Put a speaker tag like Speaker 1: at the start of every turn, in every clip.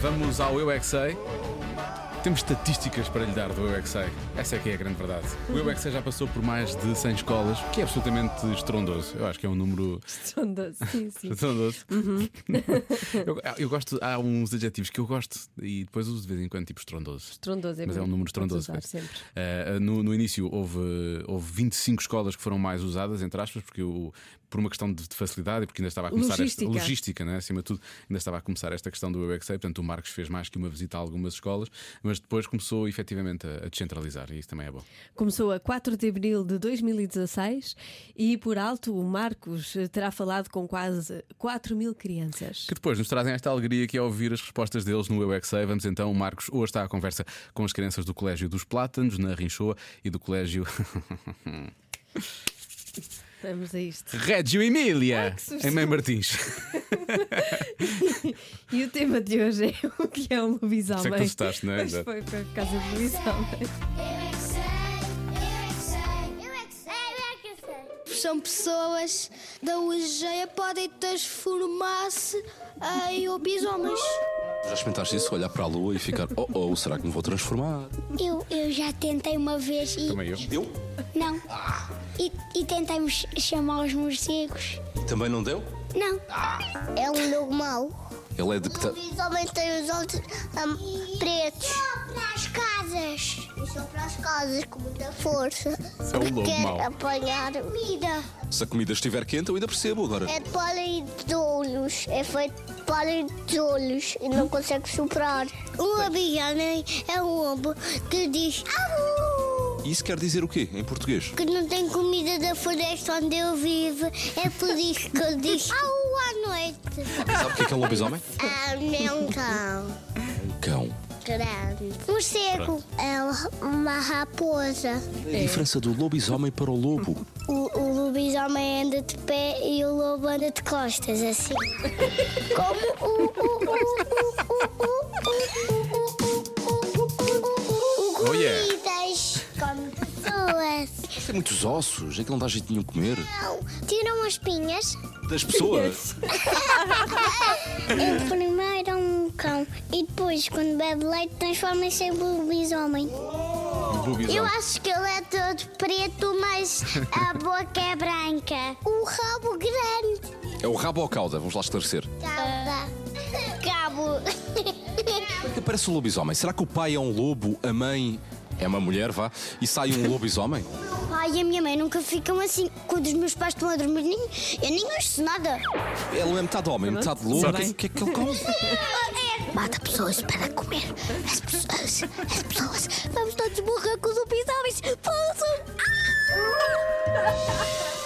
Speaker 1: vamos ao Eu é que Sei. Temos estatísticas para lhe dar do Eu é que Sei. Essa é que é a grande verdade. O Eu é que Sei já passou por mais de 100 escolas, o que é absolutamente estrondoso. Eu acho que é um número
Speaker 2: Sonda, sim, sim.
Speaker 1: estrondoso. eu, eu gosto, há uns adjetivos que eu gosto e depois uso de vez em quando, tipo estrondoso.
Speaker 2: Estrondoso é
Speaker 1: Mas é
Speaker 2: bonito,
Speaker 1: um número
Speaker 2: podes
Speaker 1: estrondoso.
Speaker 2: usar
Speaker 1: pois.
Speaker 2: sempre.
Speaker 1: Eh, no, no início houve, houve 25 escolas que foram mais usadas, entre aspas, porque eu, por uma questão de, de facilidade e porque ainda estava a começar
Speaker 2: Logística.
Speaker 1: esta logística, né? acima de tudo, ainda estava a começar esta questão do UXA, portanto o Marcos fez mais que uma visita a algumas escolas, mas depois começou efetivamente a, a descentralizar e isso também é bom.
Speaker 2: Começou a 4 de abril de 2016 e, por alto, o Marcos eh, terá falado com quase 4 mil crianças.
Speaker 1: Que depois nos trazem esta alegria que é ouvir as respostas deles no UXA. Vamos então, o Marcos hoje está à conversa com as crianças do Colégio dos Plátanos, na Rinchoa, e do Colégio
Speaker 2: Vamos a isto.
Speaker 1: Régio Emília,
Speaker 2: que susto.
Speaker 1: em Mãe Martins.
Speaker 2: E o tema de hoje é o que é um
Speaker 1: Sei
Speaker 2: lobisomem.
Speaker 1: que tu assustaste, não é?
Speaker 2: Pois
Speaker 1: Exato.
Speaker 2: foi, foi por causa do lobisomem.
Speaker 3: é é São pessoas da UGEA podem transformar-se em lobisomens.
Speaker 4: Já experimentaste isso? Olhar para a lua e ficar, oh oh, será que me vou transformar?
Speaker 3: Eu, eu já tentei uma vez e.
Speaker 1: Também eu.
Speaker 4: Eu?
Speaker 3: Não. E, e tentei ch- chamar os morcegos.
Speaker 4: Também não deu? Ah.
Speaker 3: Não. É um lobo mau.
Speaker 4: Ele é de que. ta-
Speaker 3: Lobisomem tem os olhos pretos. Só para as casas. Só para as casas com muita força.
Speaker 1: Isso é um lobo
Speaker 3: Quer
Speaker 1: mau.
Speaker 3: apanhar comida.
Speaker 4: Se a comida estiver quente, eu ainda percebo agora.
Speaker 3: É de pólen de olhos. É feito de pólen de olhos e não consegue soprar. Um abelhane é um lobo que diz "Au!"
Speaker 4: E Isso quer dizer o quê em português?
Speaker 3: que não tem comida da floresta onde eu vivo. É por isso que ele diz au à noite.
Speaker 4: Sabe o que é que é um lobisomem?
Speaker 3: Ah, é um cão
Speaker 4: Um cão.
Speaker 3: grande. Um cego é uma raposa.
Speaker 4: A diferença do lobisomem para o lobo.
Speaker 3: O, o lobisomem anda de pé e o lobo anda de costas, assim. Como o. o- o- o- o- o- o- o- o- o- o- o- o-
Speaker 1: Oh, yeah.
Speaker 3: Corridas como pessoas.
Speaker 4: Isso Tem muitos ossos, é que não dá jeito nenhum de comer.
Speaker 3: Não, tiram as pinhas.
Speaker 4: Das pessoas.
Speaker 3: O primeiro é um cão e depois, quando bebe leite, transforma-se em lobisomem. Eu
Speaker 1: Bubizão.
Speaker 3: acho que ele é todo preto, mas a boca é branca. O rabo grande.
Speaker 4: É o rabo ou a cauda, vamos lá esclarecer.
Speaker 3: Cauda. Cabo.
Speaker 4: Como é que aparece o lobisomem? Será que o pai é um lobo, a mãe é uma mulher, vá, e sai um lobisomem?
Speaker 3: Pai e a minha mãe nunca ficam assim. Quando os meus pais estão a dormir, nem- eu nem ouço nada.
Speaker 4: Ele é metade homem, metade lobo.
Speaker 2: Pronto.
Speaker 4: O que é que ele come?
Speaker 3: Mata pessoas para comer. As pessoas, as pessoas. Vamos todos morrer com os lobisomens. Posso? Ah!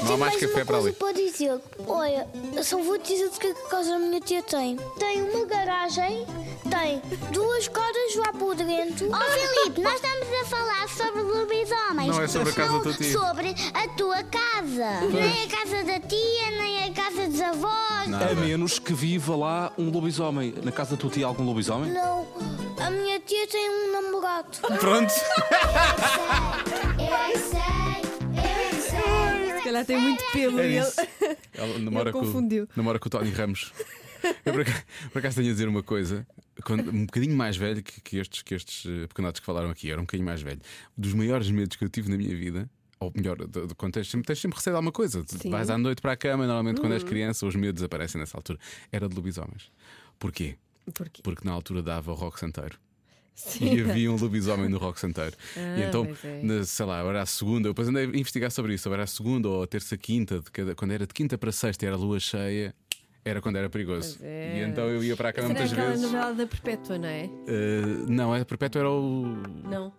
Speaker 1: Não há mais
Speaker 3: Tem
Speaker 1: café
Speaker 3: uma
Speaker 1: para
Speaker 3: coisa
Speaker 1: ali.
Speaker 3: para dizer. Olha, eu só vou dizer do que é que a casa da minha tia tem. Tem uma garagem, tem duas cordas lá por dentro. Ó Oh, Filipe, nós estamos a falar sobre lobisomens.
Speaker 1: Não é sobre a casa da tua tia.
Speaker 3: sobre a tua casa. Nem a casa da tia, nem a casa dos avós.
Speaker 4: A menos que viva lá um lobisomem. Na casa da tua tia há algum lobisomem?
Speaker 3: Não, a minha tia tem um namorado.
Speaker 1: Pronto.
Speaker 3: Eu é que sei, eu é que sei.
Speaker 2: Se calhar tem muito pelo
Speaker 1: É
Speaker 2: e
Speaker 1: isso.
Speaker 2: ele.
Speaker 1: Ela namora,
Speaker 2: Ele
Speaker 1: com,
Speaker 2: confundiu.
Speaker 1: namora com o Tony Ramos. Eu por acaso, por acaso tenho a dizer uma coisa, quando- um bocadinho mais velho que, que estes, que estes eh, pequenotes que falaram aqui, eu era um bocadinho mais velho. Um dos maiores medos que eu tive na minha vida, ou melhor, do, do contexto, sempre, tens sempre receio de alguma coisa. Tu
Speaker 2: Sim. Uhum.
Speaker 1: Vais à noite para a cama, normalmente quando és criança, os medos aparecem nessa altura. Era de lobisomens. Porquê?
Speaker 2: Porquê?
Speaker 1: Porque na altura dava o rock santeiro. E
Speaker 2: Sim.
Speaker 1: havia um lobisomem no rock santeiro. e
Speaker 2: Ah,
Speaker 1: então,
Speaker 2: pois é.
Speaker 1: na- sei lá, era a segunda, eu depois andei a investigar sobre isso, era a segunda ou a terça, quinta, de cada- quando era de quinta para sexta e era lua cheia, era quando era perigoso.
Speaker 2: Pois é.
Speaker 1: E então eu ia para a cama
Speaker 2: Será
Speaker 1: muitas
Speaker 2: aquela
Speaker 1: vezes.
Speaker 2: novela da Perpétua, não é?
Speaker 1: Eh, não, a perpétua era o.
Speaker 2: Não,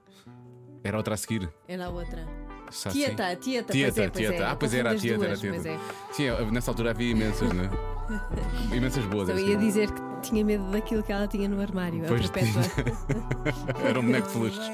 Speaker 1: Era outra a seguir.
Speaker 2: era a outra.
Speaker 1: Sá-
Speaker 2: Tieta,
Speaker 1: Ah, sim.
Speaker 2: tieta, pois é,
Speaker 1: Tieta,
Speaker 2: pois
Speaker 1: tieta.
Speaker 2: é.
Speaker 1: Ah, pois era a
Speaker 2: Confundo
Speaker 1: tieta, era a
Speaker 2: as duas, é.
Speaker 1: tieta. Sim, eu- nessa altura havia imensas, né? Imensas boas.
Speaker 2: Eu
Speaker 1: assim.
Speaker 2: Então, ia dizer que tinha medo daquilo que ela tinha no armário, a
Speaker 1: Pois
Speaker 2: Perpétua.
Speaker 1: tinha. era um boneco de luz.